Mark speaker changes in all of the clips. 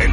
Speaker 1: El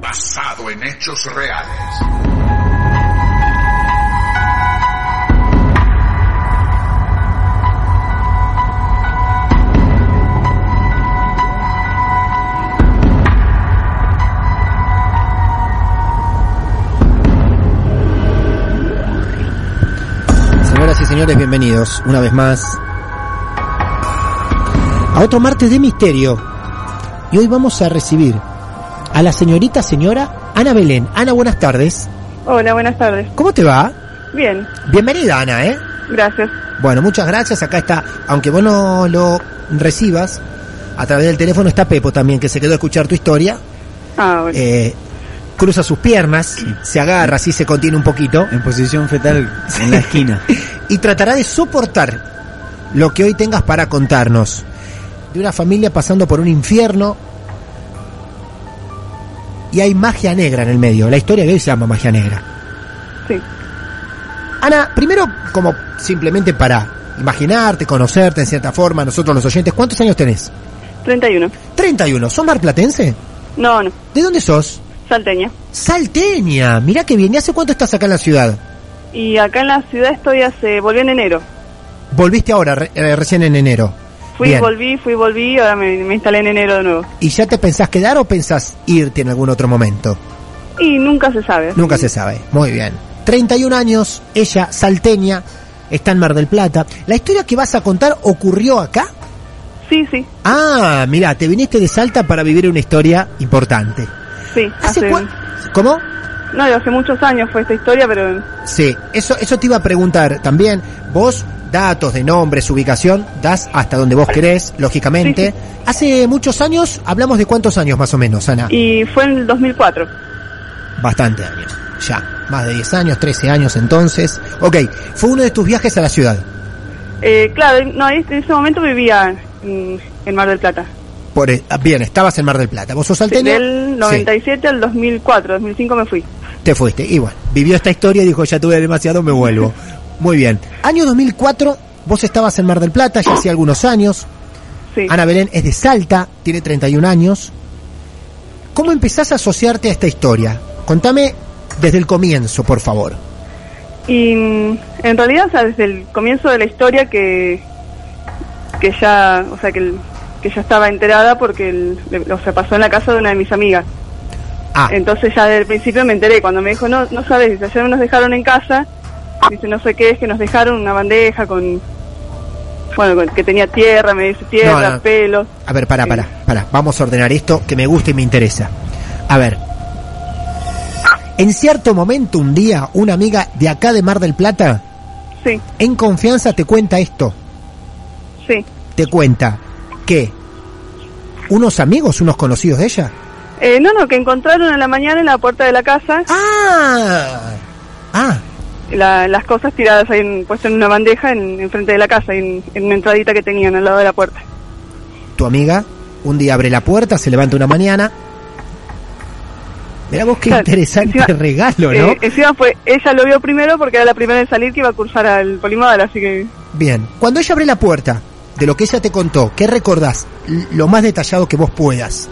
Speaker 1: Basado en hechos reales.
Speaker 2: Señoras y señores, bienvenidos una vez más a otro martes de misterio. Y hoy vamos a recibir a la señorita señora Ana Belén. Ana, buenas tardes.
Speaker 3: Hola, buenas tardes.
Speaker 2: ¿Cómo te va?
Speaker 3: Bien,
Speaker 2: Bienvenida, Ana, ¿eh?
Speaker 3: gracias.
Speaker 2: Bueno, muchas gracias. Acá está, aunque vos no lo recibas, a través del teléfono está Pepo también, que se quedó a escuchar tu historia.
Speaker 3: Ah, bueno.
Speaker 2: Eh, cruza sus piernas, se agarra, así se contiene un poquito.
Speaker 4: En posición fetal en la esquina.
Speaker 2: y tratará de soportar lo que hoy tengas para contarnos. De una familia pasando por un infierno y hay magia negra en el medio. La historia de hoy se llama magia negra.
Speaker 3: sí.
Speaker 2: Ana, primero, como simplemente para imaginarte, conocerte en cierta forma, nosotros los oyentes, ¿cuántos años tenés?
Speaker 3: 31.
Speaker 2: 31. ¿Sos marplatense?
Speaker 3: No, no.
Speaker 2: ¿De dónde sos?
Speaker 3: Salteña.
Speaker 2: Salteña. Mirá que bien. ¿Y hace cuánto estás acá en la ciudad?
Speaker 3: Y acá en la ciudad estoy hace... Volví en enero.
Speaker 2: Volviste ahora, re- eh, recién en enero.
Speaker 3: Fui,
Speaker 2: Bien.
Speaker 3: volví, fui, volví. Ahora me, me instalé en enero de nuevo.
Speaker 2: ¿Y ya te pensás quedar o pensás irte en algún otro momento?
Speaker 3: Y nunca se sabe.
Speaker 2: Nunca se sabe. Muy bien. 31 años, ella salteña, está en Mar del Plata. ¿La historia que vas a contar ocurrió acá?
Speaker 3: Sí, sí,
Speaker 2: Ah, mira, te viniste de Salta para vivir una historia importante.
Speaker 3: sí.
Speaker 2: ¿Hace cuánto? ¿Cómo?
Speaker 3: No, hace muchos años fue esta historia, pero...
Speaker 2: Sí, eso, eso te iba a preguntar también. Vos, datos de nombres, ubicación, das hasta donde vos querés, lógicamente.
Speaker 3: Sí,
Speaker 2: Hace muchos años, hablamos de cuántos años más o menos, Ana.
Speaker 3: Y fue en el 2004.
Speaker 2: Bastante años, ya. Más de 10 años, 13 años entonces. Ok, fue uno de tus viajes a la ciudad.
Speaker 3: Eh, claro, no, en en ese momento vivía en, en Mar del Plata.
Speaker 2: Por, eh, bien, estabas en Mar del Plata. ¿Vos sos
Speaker 3: Sí,
Speaker 2: salteño?
Speaker 3: del
Speaker 2: Sí,
Speaker 3: 97 al 2004, 2005 me fui.
Speaker 2: te fuiste. Y bueno, vivió esta historia y dijo, ya tuve demasiado, me vuelvo. Muy bien. Año 2004, vos estabas en Mar del Plata, ya hacía algunos años.
Speaker 3: Sí.
Speaker 2: Ana Belén es de Salta, tiene 31 años. ¿Cómo empezás a asociarte a esta historia? Contame desde el comienzo, por favor.
Speaker 3: Y mm, en realidad, o sea, desde el comienzo de la historia que, que ya, o sea, que, el- que ya estaba enterada porque el- le- o sea, pasó en la casa de una de mis amigas.
Speaker 2: Ah,
Speaker 3: Entonces ya desde el principio me enteré, cuando me dijo, no, no sabes, dice, ayer nos dejaron en casa, dice, no sé qué es, que nos dejaron una bandeja con, bueno, con- que tenía tierra, me dice tierra,
Speaker 2: No, no.
Speaker 3: pelos.
Speaker 2: a ver, pará, pará, pará. Vamos a ordenar esto que me gusta y me interesa. A ver. En cierto momento, un día, una amiga de acá de Mar del Plata
Speaker 3: Sí,
Speaker 2: en confianza te cuenta esto.
Speaker 3: sí,
Speaker 2: Te cuenta que unos amigos, unos conocidos de ella.
Speaker 3: Eh, no, no, que encontraron en la mañana en la puerta de la casa
Speaker 2: ¡Ah! ¡Ah!
Speaker 3: la- las cosas tiradas ahí, en, puestas en una bandeja en, enfrente de la casa, en, en una entradita que tenían al lado de la puerta.
Speaker 2: Tu amiga un día abre la puerta, se levanta una mañana Mirá vos qué
Speaker 3: Claro,
Speaker 2: interesante
Speaker 3: encima-
Speaker 2: regalo, ¿no?
Speaker 3: Eh, encima fue, ella lo vio primero porque era la primera en salir que iba a cursar al Polimodal, así que
Speaker 2: Bien, cuando ella abre la puerta de lo que ella te contó, ¿qué recordás? L- Lo más detallado que vos puedas.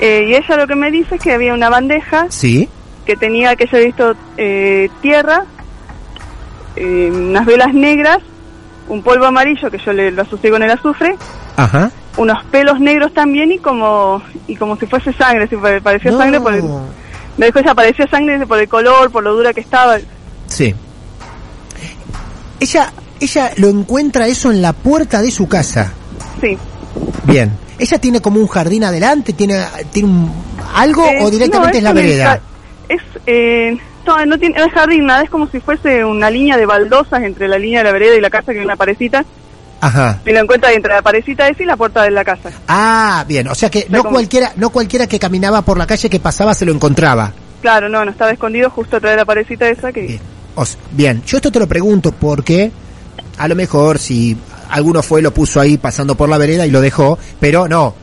Speaker 3: Eh, y ella lo que me dice es que había una bandeja
Speaker 2: ¿Sí?
Speaker 3: que tenía, que yo he visto eh, tierra, eh, unas velas negras, un polvo amarillo que yo le, lo asocié con el azufre,
Speaker 2: Ajá.
Speaker 3: unos pelos negros también y como y como si fuese sangre, si pare- parecía
Speaker 2: No.
Speaker 3: sangre por el, me dijo ella parecía sangre por el color, por lo dura que estaba.
Speaker 2: Sí. Ella, ella lo encuentra eso en la puerta de su casa.
Speaker 3: Sí.
Speaker 2: Bien. Ella tiene como un jardín adelante, tiene, tiene un- algo
Speaker 3: Eh,
Speaker 2: o directamente
Speaker 3: no,
Speaker 2: es la
Speaker 3: en el
Speaker 2: vereda.
Speaker 3: ja- Es, eh, no, no tiene no es jardín, nada, es como si fuese una línea de baldosas entre la línea de la vereda y la casa que es una parecita.
Speaker 2: Ajá.
Speaker 3: Y lo encuentra entre la parecita esa y la puerta de la casa.
Speaker 2: Ah, bien. O sea que no
Speaker 3: como-
Speaker 2: cualquiera, no cualquiera que caminaba por la calle que pasaba se lo encontraba.
Speaker 3: Claro, no, no estaba escondido justo atrás de la parecita esa que...
Speaker 2: Bien. O s- bien, yo esto te lo pregunto porque a lo mejor si alguno fue lo puso ahí pasando por la vereda y lo dejó, pero no.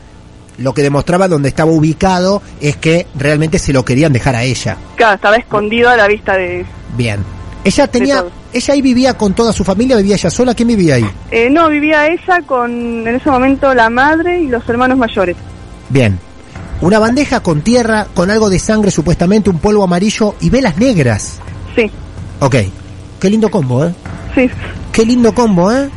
Speaker 2: Lo que demostraba donde estaba ubicado es que realmente se lo querían dejar a ella.
Speaker 3: Claro, estaba escondido a la vista de...
Speaker 2: Bien. Ella tenía,
Speaker 3: todo.
Speaker 2: ella ahí vivía con toda su familia, vivía ella sola, ¿quién vivía ahí?
Speaker 3: Eh, no, vivía ella con, en ese momento, la madre y los hermanos mayores.
Speaker 2: Bien. Una bandeja con tierra, con algo de sangre supuestamente, un polvo amarillo y velas negras.
Speaker 3: Sí,
Speaker 2: Ok. Qué lindo combo, ¿eh?
Speaker 3: sí.
Speaker 2: Qué lindo combo, ¿eh?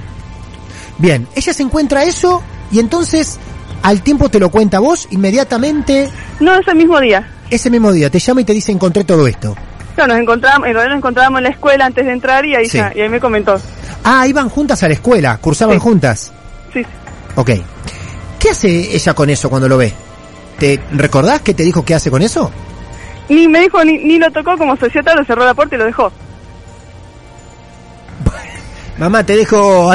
Speaker 2: Bien, ella se encuentra eso y entonces al tiempo te lo cuenta vos inmediatamente
Speaker 3: No, ese mismo día.
Speaker 2: ese mismo día. Te llama y te dice encontré todo esto.
Speaker 3: No, nos encontrábamos, en realidad nos encontrábamos en la escuela antes de entrar y ahí,
Speaker 2: Sí.
Speaker 3: ya- y ahí me comentó.
Speaker 2: Ah, iban juntas a la escuela, cursaban
Speaker 3: Sí.
Speaker 2: juntas.
Speaker 3: Sí,
Speaker 2: Ok. ¿Qué hace ella con eso cuando lo ve? ¿Te recordás que te dijo qué hace con eso?
Speaker 3: Ni me dijo, ni, ni lo tocó, como se hacía tarde, cerró la puerta y lo dejó.
Speaker 2: Mamá, te dejo...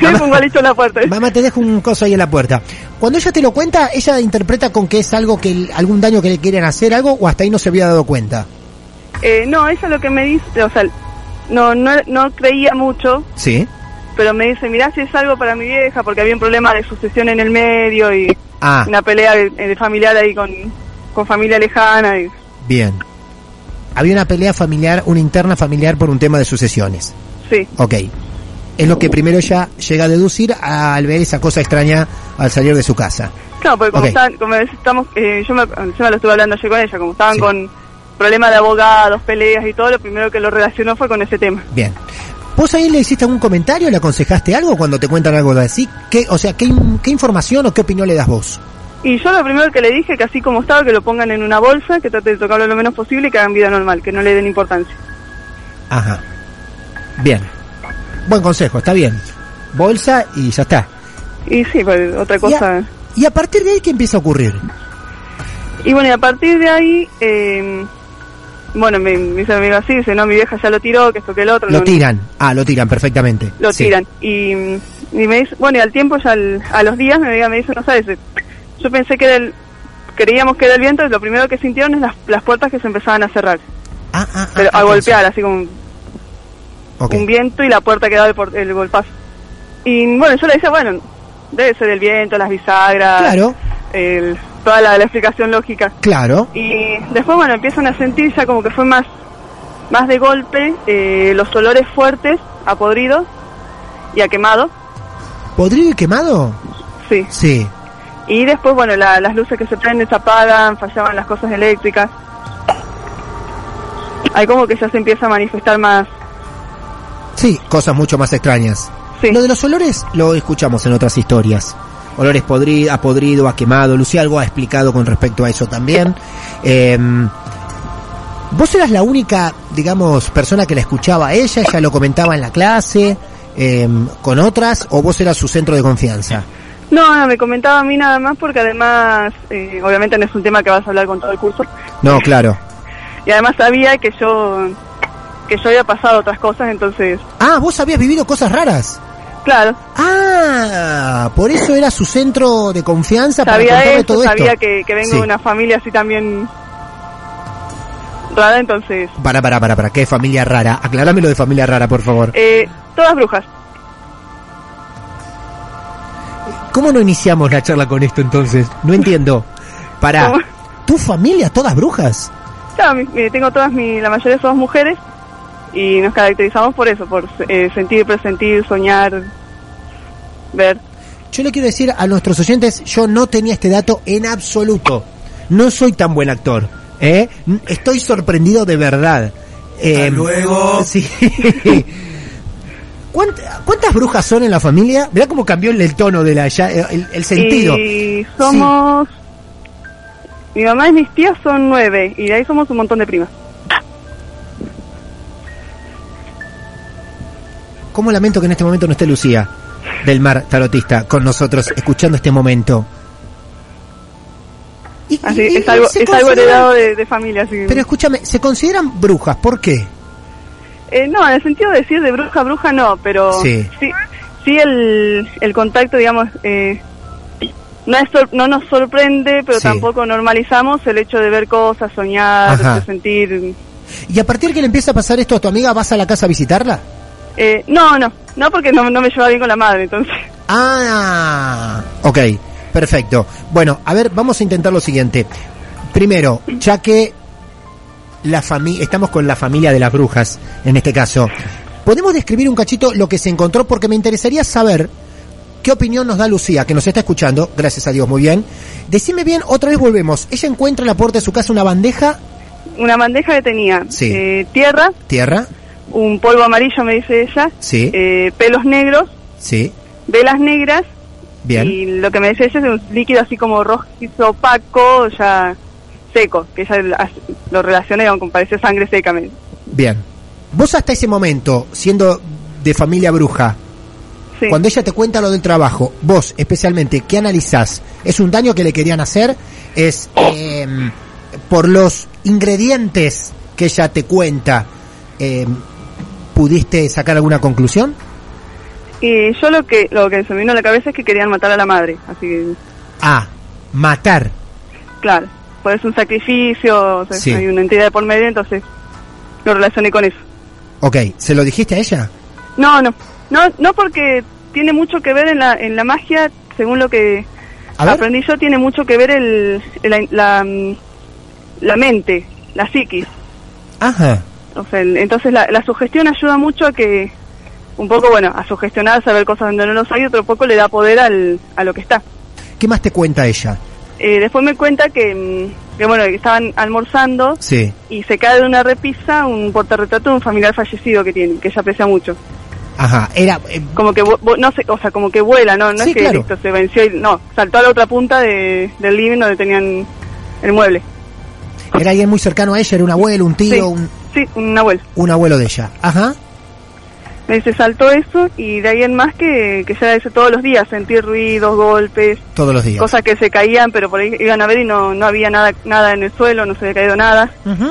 Speaker 3: Yo le pongo al hecho la puerta.
Speaker 2: Mamá, te dejo un coso ahí en la puerta. Cuando ella te lo cuenta, ella interpreta con que es algo que... algún daño que le quieren hacer, algo, o hasta ahí no se había dado cuenta.
Speaker 3: Eh, no, ella lo que me dice, o sea, no, no, no creía mucho,
Speaker 2: Sí.
Speaker 3: pero me dice, mirá si es algo para mi vieja, porque había un problema de sucesión en el medio y
Speaker 2: Ah.
Speaker 3: una pelea de, de familiar ahí con, con familia lejana. Y,
Speaker 2: Bien. Había una pelea familiar, una interna familiar por un tema de sucesiones.
Speaker 3: sí,
Speaker 2: Ok. Es lo que primero ella llega a deducir al ver esa cosa extraña al salir de su casa.
Speaker 3: claro, porque como,
Speaker 2: Ok.
Speaker 3: estaban- como estamos, eh, yo me, encima lo estuve hablando ayer con ella, como estaban
Speaker 2: Sí.
Speaker 3: con problemas de abogados, peleas y todo, lo primero que lo relacionó fue con ese tema.
Speaker 2: Bien. ¿Vos ahí le hiciste algún comentario, le aconsejaste algo cuando te cuentan algo de así? ¿Qué, o sea, ¿qué, in- ¿qué información o qué opinión le das vos?
Speaker 3: Y yo lo primero que le dije, que así como estaba, que lo pongan en una bolsa, que trate de tocarlo lo menos posible y que hagan vida normal, que no le den importancia.
Speaker 2: Ajá. Bien. Buen consejo, está bien. Bolsa y ya está.
Speaker 3: Y sí, pues, otra
Speaker 2: Y a-
Speaker 3: cosa...
Speaker 2: y a partir de ahí, ¿qué empieza a ocurrir?
Speaker 3: Y bueno, y a partir de ahí, eh, bueno, me, me dice mi amigo así, dice, no, mi vieja ya lo tiró, que esto que el otro.
Speaker 2: Lo
Speaker 3: no,
Speaker 2: tiran. Ah, lo tiran perfectamente.
Speaker 3: Lo
Speaker 2: Sí.
Speaker 3: tiran. Y, mm, y me dice, bueno, y al tiempo, ya al- a los días, me, diga- me dice, no sabes, eh, yo pensé que era el, creíamos que era el viento, y lo primero que sintieron es las, las puertas que se empezaban a cerrar,
Speaker 2: Ah, ah, ah,
Speaker 3: pero a
Speaker 2: entonces.
Speaker 3: golpear, así como un,
Speaker 2: Ok.
Speaker 3: un viento y la puerta que daba el, por- el golpazo. Y bueno, yo le decía, bueno, debe ser el viento, las bisagras,
Speaker 2: Claro,
Speaker 3: el- toda la- la explicación lógica.
Speaker 2: claro.
Speaker 3: Y después, bueno, empiezan a sentir ya como que fue más, más de golpe eh, los olores fuertes a podrido y a quemado.
Speaker 2: ¿Podrido y quemado?
Speaker 3: Sí.
Speaker 2: Sí.
Speaker 3: Y después, bueno, la- las luces que se prenden se apagan, fallaban las cosas eléctricas. Hay como que ya se empieza a manifestar más.
Speaker 2: Sí, cosas mucho más extrañas.
Speaker 3: Sí.
Speaker 2: Lo de los olores lo escuchamos en otras historias. Olores podri- a podrido, a quemado. Lucía algo ha explicado con respecto a eso también. Eh, Vos eras la única, digamos, persona que la escuchaba a ella, ella lo comentaba en la clase, eh, con otras, o vos eras su centro de confianza.
Speaker 3: No, no, me comentaba a mí nada más porque además, eh, obviamente no es un tema que vas a hablar con todo el curso.
Speaker 2: No, claro.
Speaker 3: Y además sabía que yo, que yo había pasado otras cosas, entonces,
Speaker 2: Ah, vos habías vivido cosas raras.
Speaker 3: claro,
Speaker 2: Ah, por eso era su centro de confianza para
Speaker 3: sabía
Speaker 2: contarme
Speaker 3: eso,
Speaker 2: todo esto.
Speaker 3: sabía que, que vengo
Speaker 2: Sí.
Speaker 3: de una familia así también rara, entonces...
Speaker 2: Para, para, para, para, qué familia rara. Aclarame lo de familia rara, por favor.
Speaker 3: Eh, todas brujas.
Speaker 2: ¿Cómo no iniciamos la charla con esto entonces? No entiendo. Para.
Speaker 3: ¿Cómo?
Speaker 2: Tú tu familia, todas brujas.
Speaker 3: Claro, mi- mi- tengo todas, mi, la mayoría somos mujeres y nos caracterizamos por eso, por eh, sentir, presentir, soñar, ver.
Speaker 2: Yo le quiero decir a nuestros oyentes, yo no tenía este dato en absoluto. No soy tan buen actor. ¿eh? N- Estoy sorprendido de verdad. Eh,
Speaker 4: luego.
Speaker 2: sí. ¿Cuánt- ¿Cuántas brujas son en la familia? Mirá cómo cambió el, el tono de la ya- el, el sentido.
Speaker 3: Y somos... Mi mamá y mis tías son nueve y de ahí somos un montón de primas.
Speaker 2: ¿Cómo lamento que en este momento no esté Lucía del Mar Tarotista con nosotros escuchando este momento? Y-
Speaker 3: Así
Speaker 2: y-
Speaker 3: es
Speaker 2: y
Speaker 3: algo,
Speaker 2: se
Speaker 3: es algo
Speaker 2: consideran-
Speaker 3: heredado de, de familia. Así.
Speaker 2: Pero escúchame, se consideran brujas, ¿por qué?
Speaker 3: Eh, no, en el sentido de decir de bruja a bruja no, pero
Speaker 2: Sí.
Speaker 3: sí, sí el, el contacto, digamos, eh, no, es sor- no nos sorprende, pero
Speaker 2: Sí.
Speaker 3: tampoco normalizamos el hecho de ver cosas, soñar,
Speaker 2: Ajá.
Speaker 3: de sentir...
Speaker 2: Y a partir que le empieza a pasar esto a tu amiga, ¿vas a la casa a visitarla?
Speaker 3: Eh, no, no, no porque no, no me llevaba bien con la madre, entonces.
Speaker 2: Ah, ok, perfecto. Bueno, a ver, vamos a intentar lo siguiente. Primero, ya que la fami- estamos con la familia de las brujas, en este caso, ¿podemos describir un cachito lo que se encontró? Porque me interesaría saber qué opinión nos da Lucía, que nos está escuchando, gracias a Dios, muy bien. Decime bien, otra vez volvemos. Ella encuentra en la puerta de su casa una bandeja,
Speaker 3: Una bandeja que tenía
Speaker 2: Sí.
Speaker 3: eh, tierra,
Speaker 2: tierra,
Speaker 3: un polvo amarillo, me dice ella,
Speaker 2: Sí.
Speaker 3: eh, pelos negros,
Speaker 2: sí,
Speaker 3: velas negras,
Speaker 2: bien.
Speaker 3: y lo que me dice ella es un líquido así como rojizo opaco, ya seco, que ella lo- lo relaciona digamos, con parecía sangre seca. me-
Speaker 2: Bien. Vos hasta ese momento, siendo de familia bruja,
Speaker 3: Sí.
Speaker 2: cuando ella te cuenta lo del trabajo, vos especialmente, ¿qué analizás? ¿Es un daño que le querían hacer? ¿Es eh, por los ingredientes que ella te cuenta? eh, ¿Pudiste sacar alguna conclusión?
Speaker 3: Y yo lo que lo que se me vino a la cabeza es que querían matar a la madre, así que,
Speaker 2: A. Matar.
Speaker 3: claro, pues es un sacrificio, o sea,
Speaker 2: Sí.
Speaker 3: hay una entidad de por medio, entonces lo relacioné con eso.
Speaker 2: Ok, ¿se lo dijiste a ella?
Speaker 3: No, no, no, no porque tiene mucho que ver en la, en la magia, según lo que
Speaker 2: A ver.
Speaker 3: aprendí yo, tiene mucho que ver el, el- la, mm, la mente, la psiquis.
Speaker 2: Ajá.
Speaker 3: O sea, el- entonces la, la sugestión ayuda mucho a que, un poco, bueno, a sugestionar, a saber cosas donde no los hay, otro poco le da poder al, a lo que está.
Speaker 2: ¿Qué más te cuenta ella?
Speaker 3: Eh, después me cuenta que, mm, que, bueno, que estaban almorzando
Speaker 2: Sí.
Speaker 3: y se cae de una repisa un portarretrato de un familiar fallecido que tiene, que ella aprecia mucho.
Speaker 2: Ajá. Era. eh,
Speaker 3: Como que, vu- vu- no sé, o sea, como que vuela, ¿no? No
Speaker 2: Sí,
Speaker 3: es que
Speaker 2: claro.
Speaker 3: listo, se venció y, no, saltó a la otra punta de, del living donde tenían el mueble.
Speaker 2: era alguien muy cercano a ella, era un abuelo, un tío,
Speaker 3: Sí,
Speaker 2: un,
Speaker 3: sí, un abuelo.
Speaker 2: un abuelo de ella. Ajá.
Speaker 3: Me dice, eh, saltó eso y de ahí en más que, que ya dice todos los días, sentir ruidos, golpes,
Speaker 2: Todos los días.
Speaker 3: cosas que se caían, pero por ahí iban a ver y no, no había nada, nada en el suelo, no se había caído nada.
Speaker 2: Ujú.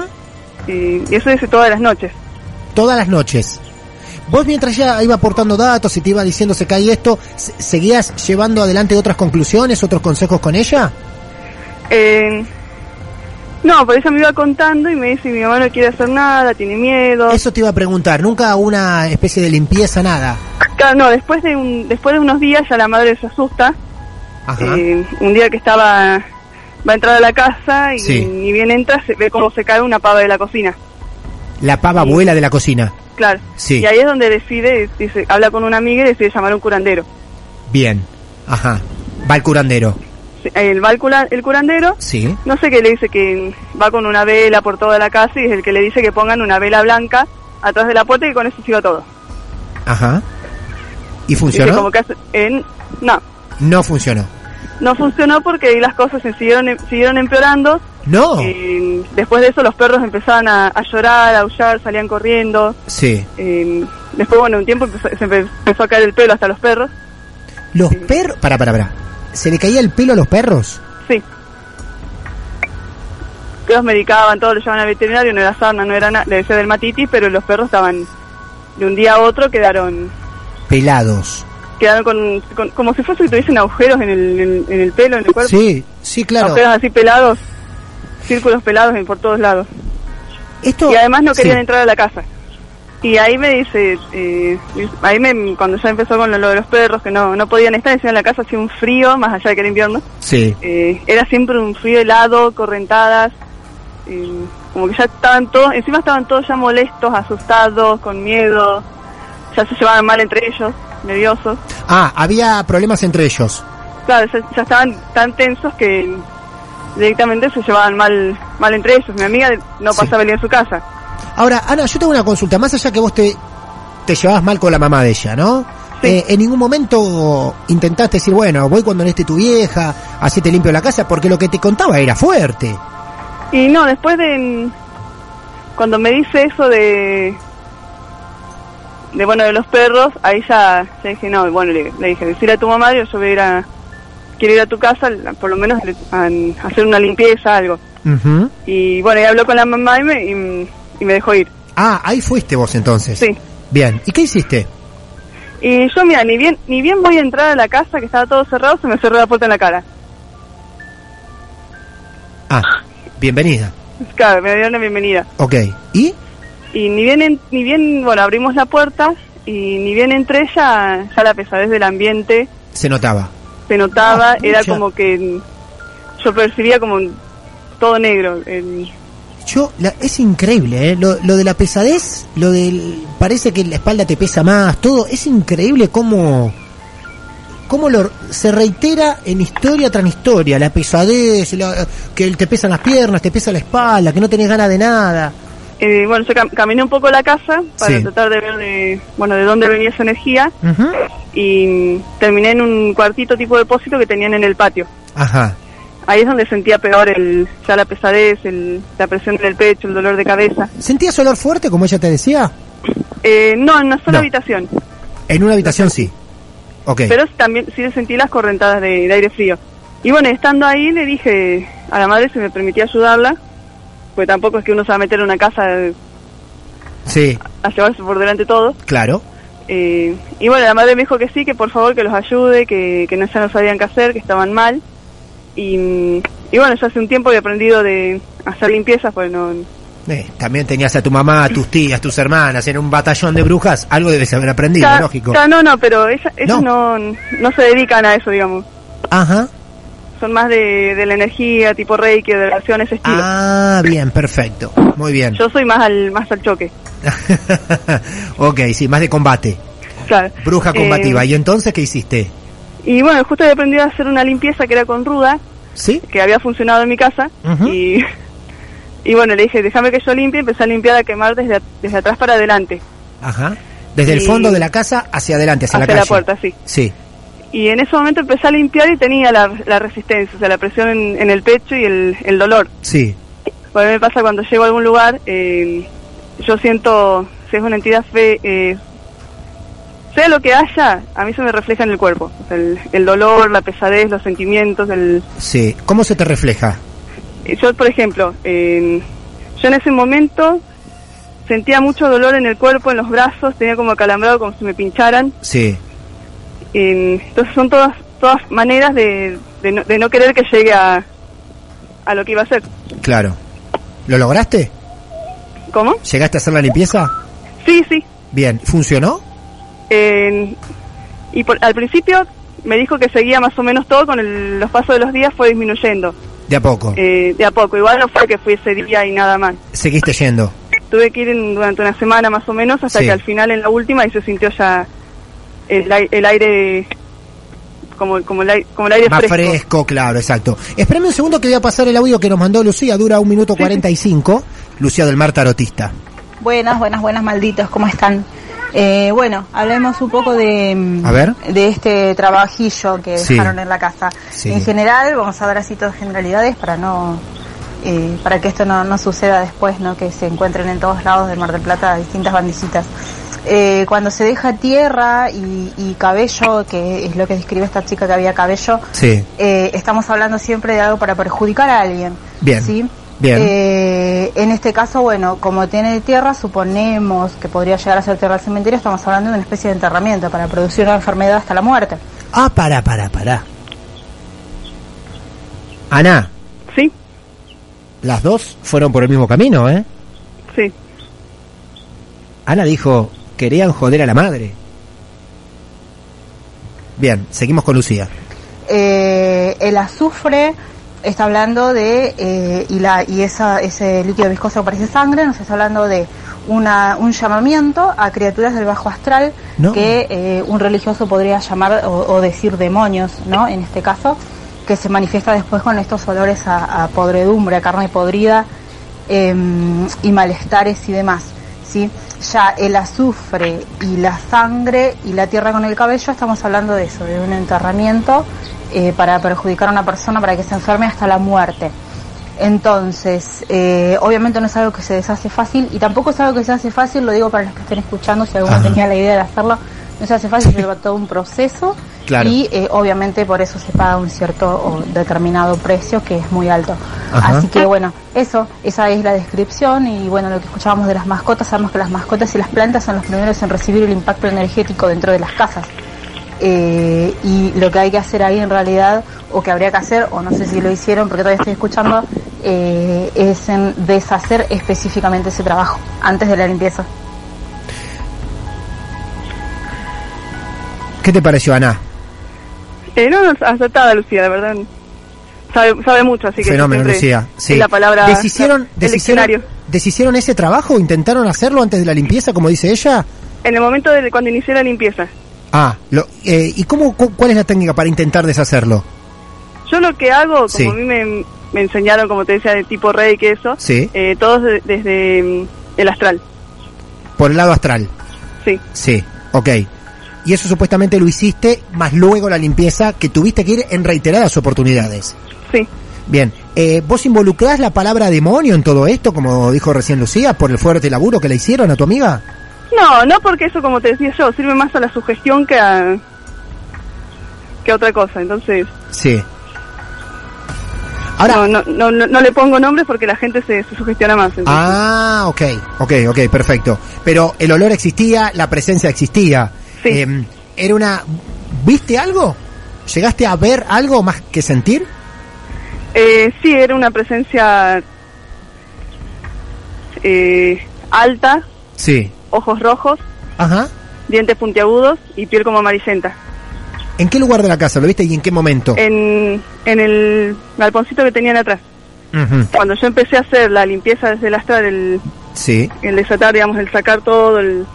Speaker 3: Y, y eso dice todas las noches.
Speaker 2: Todas las noches. Vos mientras ya iba aportando datos y te iba diciendo se cae esto, se- ¿seguías llevando adelante otras conclusiones, otros consejos con ella?
Speaker 3: Eh, no, por eso me iba contando y me dice, mi mamá no quiere hacer nada, tiene miedo.
Speaker 2: Eso te iba a preguntar, nunca una especie de limpieza, nada.
Speaker 3: Claro, no, después de, un, después de unos días ya la madre se asusta.
Speaker 2: Ajá.
Speaker 3: Eh, un día que estaba, va a entrar a la casa y
Speaker 2: Sí.
Speaker 3: ni bien entra, se ve cómo se cae una pava de la cocina.
Speaker 2: La pava abuela de la cocina.
Speaker 3: Claro.
Speaker 2: Sí.
Speaker 3: Y ahí es donde decide, dice, habla con una amiga y decide llamar a un curandero.
Speaker 2: Bien. Ajá. Va el curandero.
Speaker 3: El, va al cura- el curandero,
Speaker 2: Sí.
Speaker 3: no sé qué le dice, que va con una vela por toda la casa y es el que le dice que pongan una vela blanca atrás de la puerta y con eso siga todo.
Speaker 2: Ajá. ¿Y
Speaker 3: Dice,
Speaker 2: funcionó?
Speaker 3: como que hace- en- no,
Speaker 2: No funcionó.
Speaker 3: no funcionó porque ahí las cosas se siguieron, siguieron empeorando.
Speaker 2: No.
Speaker 3: Eh, después de eso los perros empezaban a, a llorar, a aullar, salían corriendo.
Speaker 2: Sí.
Speaker 3: Eh, después, bueno, un tiempo empezó- se empe- empezó a caer el pelo hasta los perros.
Speaker 2: Los perros... Para, para, para. ¿Se le caía el pelo a los perros?
Speaker 3: Sí. Que Los medicaban, todos los llevaban al veterinario, no era sarna, no era nada, le decía del matitis, pero los perros estaban de un día a otro quedaron
Speaker 2: Pelados.
Speaker 3: quedaron con, con- como si fuese que tuviesen agujeros en el, en, en el pelo, en el cuerpo,
Speaker 2: Sí, sí, claro.
Speaker 3: agujeros así pelados, círculos pelados en- por todos lados.
Speaker 2: Esto,
Speaker 3: Y además no
Speaker 2: sí.
Speaker 3: querían entrar a la casa. Y ahí me dice, eh, ahí me, cuando ya empezó con lo, lo de los perros, que no, no podían estar encima de la casa, hacía un frío, más allá de que era invierno.
Speaker 2: Sí.
Speaker 3: Eh, era siempre un frío helado, correntadas, eh, como que ya estaban todos, encima estaban todos ya molestos, asustados, con miedo, ya se llevaban mal entre ellos, nerviosos.
Speaker 2: Ah, había problemas entre ellos.
Speaker 3: Claro, ya, ya estaban tan tensos que directamente se llevaban mal, mal entre ellos. Mi amiga no
Speaker 2: Sí.
Speaker 3: pasaba el día en su casa.
Speaker 2: Ahora, Ana, yo tengo una consulta. Más allá que vos te, te llevabas mal con la mamá de ella, ¿no?
Speaker 3: Sí.
Speaker 2: Eh, en ningún momento intentaste decir, bueno, voy cuando no esté tu vieja, así te limpio la casa, porque lo que te contaba era fuerte.
Speaker 3: Y no, después de... Cuando me dice eso de... De bueno, de los perros, ahí ya, ya dije, no, bueno, le, le dije, decirle a tu mamá, yo, yo voy a ir a... Quiero ir a tu casa, la- por lo menos le- a, a hacer una limpieza, algo.
Speaker 2: Ujú.
Speaker 3: Y bueno, y habló con la mamá y me, y, y me dejó ir.
Speaker 2: Ah, ahí fuiste vos entonces.
Speaker 3: Sí.
Speaker 2: Bien, ¿y qué hiciste?
Speaker 3: Y yo, mira, ni bien, ni bien voy a entrar a la casa, que estaba todo cerrado, se me cerró la puerta en la cara.
Speaker 2: Ah, bienvenida.
Speaker 3: Claro, me dieron la bienvenida.
Speaker 2: Ok. ¿Y?
Speaker 3: Y ni bien, en- ni bien, bueno, abrimos la puerta y ni bien entré ya, ya la pesadez del ambiente
Speaker 2: Se notaba.
Speaker 3: se notaba,
Speaker 2: Ah,
Speaker 3: era
Speaker 2: pucha.
Speaker 3: como que yo percibía como un- todo negro. el-
Speaker 2: Yo, la- es increíble, ¿eh? Lo, lo de la pesadez, lo del... Parece que la espalda te pesa más, todo. Es increíble cómo... Cómo lo, se reitera en historia tras historia. La pesadez, la- que te pesan las piernas, te pesa la espalda, que no tenés ganas de nada.
Speaker 3: eh, bueno, yo cam- caminé un poco la casa para
Speaker 2: Sí.
Speaker 3: tratar de ver de, bueno, de dónde venía esa energía
Speaker 2: Ujú.
Speaker 3: y terminé en un cuartito tipo depósito que tenían en el patio.
Speaker 2: Ajá.
Speaker 3: Ahí es donde sentía peor el, ya la pesadez, el- la presión en el pecho, el dolor de cabeza.
Speaker 2: ¿Sentías olor fuerte, como ella te decía?
Speaker 3: Eh, no, en una sola
Speaker 2: No.
Speaker 3: habitación,
Speaker 2: En una habitación sí. Ok.
Speaker 3: pero también sí sentí las correntadas de, de aire frío. Y bueno, estando ahí le dije a la madre si me permitía ayudarla, porque tampoco es que uno se va a meter en una casa
Speaker 2: Sí,
Speaker 3: a llevarse por delante todo.
Speaker 2: claro.
Speaker 3: Eh, y bueno, la madre me dijo que sí, que por favor que los ayude, que, que no, ya no sabían qué hacer, que estaban mal. Y, y bueno, yo hace un tiempo había aprendido de hacer limpiezas, pues no,
Speaker 2: Eh, también tenías a tu mamá, a tus tías, tus hermanas en un batallón de brujas. Algo debes haber aprendido,
Speaker 3: Ca-
Speaker 2: lógico.
Speaker 3: ca- no, no, pero ella- ellos
Speaker 2: No.
Speaker 3: no. No, se dedican a eso, digamos.
Speaker 2: Ajá.
Speaker 3: Son más de, de la energía, tipo reiki, de la acción, ese estilo.
Speaker 2: Ah, bien, perfecto. Muy bien.
Speaker 3: Yo soy más al más al choque,
Speaker 2: ok, sí, más de combate.
Speaker 3: claro.
Speaker 2: Bruja
Speaker 3: Eh,
Speaker 2: combativa. ¿Y entonces qué hiciste?
Speaker 3: y bueno, justo había aprendido a hacer una limpieza que era con ruda,
Speaker 2: ¿Sí?
Speaker 3: que había funcionado en mi casa.
Speaker 2: Ujú.
Speaker 3: y, y bueno, le dije, déjame que yo limpie. Empecé a limpiar, a quemar desde, at- desde atrás para adelante,
Speaker 2: Ajá. Desde el
Speaker 3: Y-
Speaker 2: fondo de la casa hacia adelante, hacia,
Speaker 3: hacia,
Speaker 2: la
Speaker 3: la,
Speaker 2: calle.
Speaker 3: puerta, sí.
Speaker 2: Sí.
Speaker 3: Y en ese momento empecé a limpiar y tenía la, la resistencia, o sea, la presión en, en el pecho y el, el dolor.
Speaker 2: Sí.
Speaker 3: Porque a mí me pasa cuando llego a algún lugar, eh, yo siento, si es una entidad fe, eh, sea lo que haya, a mí se me refleja en el cuerpo. O sea, el, el dolor, la pesadez, los sentimientos. El,
Speaker 2: Sí. ¿Cómo se te refleja?
Speaker 3: eh, yo, por ejemplo, eh, yo en ese momento sentía mucho dolor en el cuerpo, en los brazos, tenía como acalambrado, como si me pincharan.
Speaker 2: Sí.
Speaker 3: Eh, entonces son todas, todas maneras de, de no, de no querer que llegue a, a lo que iba a ser.
Speaker 2: Claro. ¿Lo lograste?
Speaker 3: ¿Cómo?
Speaker 2: ¿Llegaste a hacer la limpieza?
Speaker 3: Sí, sí,
Speaker 2: Bien. ¿Funcionó?
Speaker 3: En- y por- al principio me dijo que seguía más o menos todo, con el- los pasos de los días fue disminuyendo
Speaker 2: De a poco.
Speaker 3: eh, de a poco. Igual no fue que fui ese día y nada más.
Speaker 2: Seguiste yendo.
Speaker 3: Tuve que ir en- durante una semana más o menos hasta
Speaker 2: Sí.
Speaker 3: que al final en la última y se sintió ya el, ai- el aire como, como, el, ai- como el aire
Speaker 2: Más
Speaker 3: fresco.
Speaker 2: fresco. claro, exacto. Espérame un segundo que voy a pasar el audio que nos mandó Lucía, dura un minuto 45. Lucía del Mar Tarotista.
Speaker 5: Buenas, buenas, buenas, malditos, ¿cómo están? Eh, bueno, hablemos un poco de, mm,
Speaker 2: A ver.
Speaker 5: de este trabajillo que
Speaker 2: Sí.
Speaker 5: dejaron en la casa.
Speaker 2: Sí.
Speaker 5: En general, vamos a dar así todas generalidades para no eh, para que esto no, no suceda después, ¿no? que se encuentren en todos lados de Mar del Plata distintas bandijitas. Eh, cuando se deja tierra y, y cabello, que es lo que describe esta chica que había cabello,
Speaker 2: Sí.
Speaker 5: eh, estamos hablando siempre de algo para perjudicar a alguien.
Speaker 2: Bien,
Speaker 5: ¿sí?
Speaker 2: bien.
Speaker 5: Eh, en este caso, bueno, como tiene tierra, suponemos que podría llegar a ser tierra al cementerio, estamos hablando de una especie de enterramiento para producir una enfermedad hasta la muerte.
Speaker 2: Ah, pará, pará, pará. Ana,
Speaker 3: Sí,
Speaker 2: las dos fueron por el mismo camino, ¿eh?
Speaker 3: sí.
Speaker 2: Ana dijo, querían joder a la madre. Bien, seguimos con Lucía.
Speaker 5: Eh, el azufre está hablando de, eh, y, la, y esa, ese líquido viscoso que parece sangre, nos está hablando de una, un llamamiento a criaturas del bajo astral
Speaker 2: No.
Speaker 5: que eh, un religioso podría llamar o, o decir demonios, ¿no? En este caso, que se manifiesta después con estos olores a, a podredumbre, a carne podrida eh, y malestares y demás, ¿sí? Ya el azufre y la sangre y la tierra con el cabello, estamos hablando de eso, de un enterramiento eh, para perjudicar a una persona, para que se enferme hasta la muerte. Entonces, eh, obviamente no es algo que se deshace fácil y tampoco es algo que se hace fácil, lo digo para los que estén escuchando, si alguno
Speaker 2: Ajá.
Speaker 5: tenía la idea de hacerlo, no se hace fácil, lleva todo un proceso
Speaker 2: Claro.
Speaker 5: y eh, obviamente por eso se paga un cierto o determinado precio que es muy alto.
Speaker 2: Ajá.
Speaker 5: Así que bueno, eso, esa es la descripción y bueno, lo que escuchábamos de las mascotas, sabemos que las mascotas y las plantas son los primeros en recibir el impacto energético dentro de las casas. Eh, y lo que hay que hacer ahí en realidad, o que habría que hacer, o no sé si lo hicieron porque todavía estoy escuchando, eh, es en deshacer específicamente ese trabajo antes de la limpieza.
Speaker 2: ¿Qué te pareció, Ana?
Speaker 3: Eh, no, no, aceptada Lucía, de verdad. Sabe, sabe mucho, así que.
Speaker 2: Fenómeno,
Speaker 3: siempre
Speaker 2: Lucía. Sí.
Speaker 3: es La palabra.
Speaker 2: ¿Deshicieron,
Speaker 3: el
Speaker 2: deshicieron,
Speaker 3: diccionario.
Speaker 2: ¿Deshicieron ese trabajo? ¿Intentaron hacerlo antes de la limpieza, como dice ella?
Speaker 3: En el momento de cuando inicié la limpieza.
Speaker 2: Ah, lo- eh, ¿y cómo, cu- cuál es la técnica para intentar deshacerlo?
Speaker 3: Yo lo que hago, como
Speaker 2: Sí.
Speaker 3: a mí me, me enseñaron, como te decía, de tipo rey que eso,
Speaker 2: Sí.
Speaker 3: eh, todos de- desde mm, el astral.
Speaker 2: Por el lado astral.
Speaker 3: Sí,
Speaker 2: Sí, ok. Y eso supuestamente lo hiciste, más luego la limpieza, que tuviste que ir en reiteradas oportunidades.
Speaker 3: sí.
Speaker 2: Bien, eh, ¿vos involucrás la palabra demonio en todo esto, como dijo recién Lucía, por el fuerte laburo que le hicieron a tu amiga?
Speaker 3: No, no porque eso, como te decía yo, sirve más a la sugestión que a, que a otra cosa. Entonces,
Speaker 2: Sí. Ahora,
Speaker 3: no, no, no, no, no le pongo nombres porque la gente se, se sugestiona más. entonces.
Speaker 2: Ah, ok, ok, ok, perfecto. Pero el olor existía, la presencia existía.
Speaker 3: Sí.
Speaker 2: Eh, era una... ¿Viste algo? ¿Llegaste a ver algo más que sentir?
Speaker 3: Eh, sí, era una presencia eh, alta,
Speaker 2: Sí.
Speaker 3: ojos rojos,
Speaker 2: Ajá.
Speaker 3: dientes puntiagudos y piel como amarillenta.
Speaker 2: ¿En qué lugar de la casa lo viste y en qué momento?
Speaker 3: Eh, En, en el galponcito que tenían atrás.
Speaker 2: Ujú,
Speaker 3: Cuando yo empecé a hacer la limpieza desde el astral, el,
Speaker 2: Sí.
Speaker 3: el desatar, digamos, el sacar todo, el,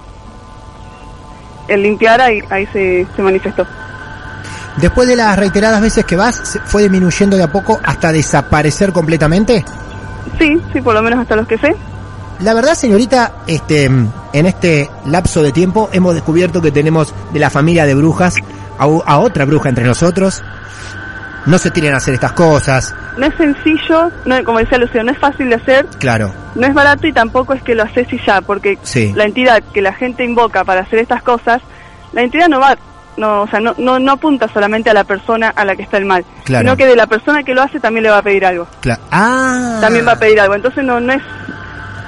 Speaker 3: el limpiar, ahí, ahí se, se manifestó.
Speaker 2: Después de las reiteradas veces que vas, ¿se ¿fue disminuyendo de a poco hasta desaparecer completamente?
Speaker 3: Sí, sí, por lo menos hasta los que sé.
Speaker 2: La verdad, señorita, este, en este lapso de tiempo hemos descubierto que tenemos de la familia de brujas a, u- a otra bruja entre nosotros. No se tiren a hacer estas cosas,
Speaker 3: No es sencillo, no, como decía Lucía, no es fácil de hacer,
Speaker 2: claro.
Speaker 3: no es barato y tampoco es que lo haces y ya, porque
Speaker 2: Sí.
Speaker 3: la entidad que la gente invoca para hacer estas cosas, la entidad no va, no, o sea, no, no, no apunta solamente a la persona a la que está el mal,
Speaker 2: Claro.
Speaker 3: sino que de la persona que lo hace también le va a pedir algo,
Speaker 2: Cla- ah,
Speaker 3: también va a pedir algo, entonces no, no es,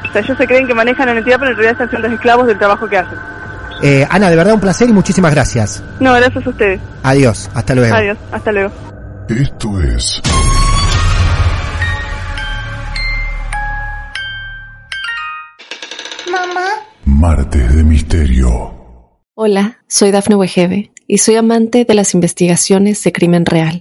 Speaker 3: o sea, ellos se creen que manejan a la entidad, pero en realidad están siendo esclavos del trabajo que hacen.
Speaker 2: Eh, Ana, de verdad un placer y muchísimas gracias.
Speaker 3: No, gracias a ustedes.
Speaker 2: Adiós, hasta luego.
Speaker 3: Adiós, hasta luego.
Speaker 1: Esto es
Speaker 6: Mamá,
Speaker 1: Martes de Misterio.
Speaker 7: Hola, soy Dafne Wegebe y soy amante de las investigaciones de crimen real.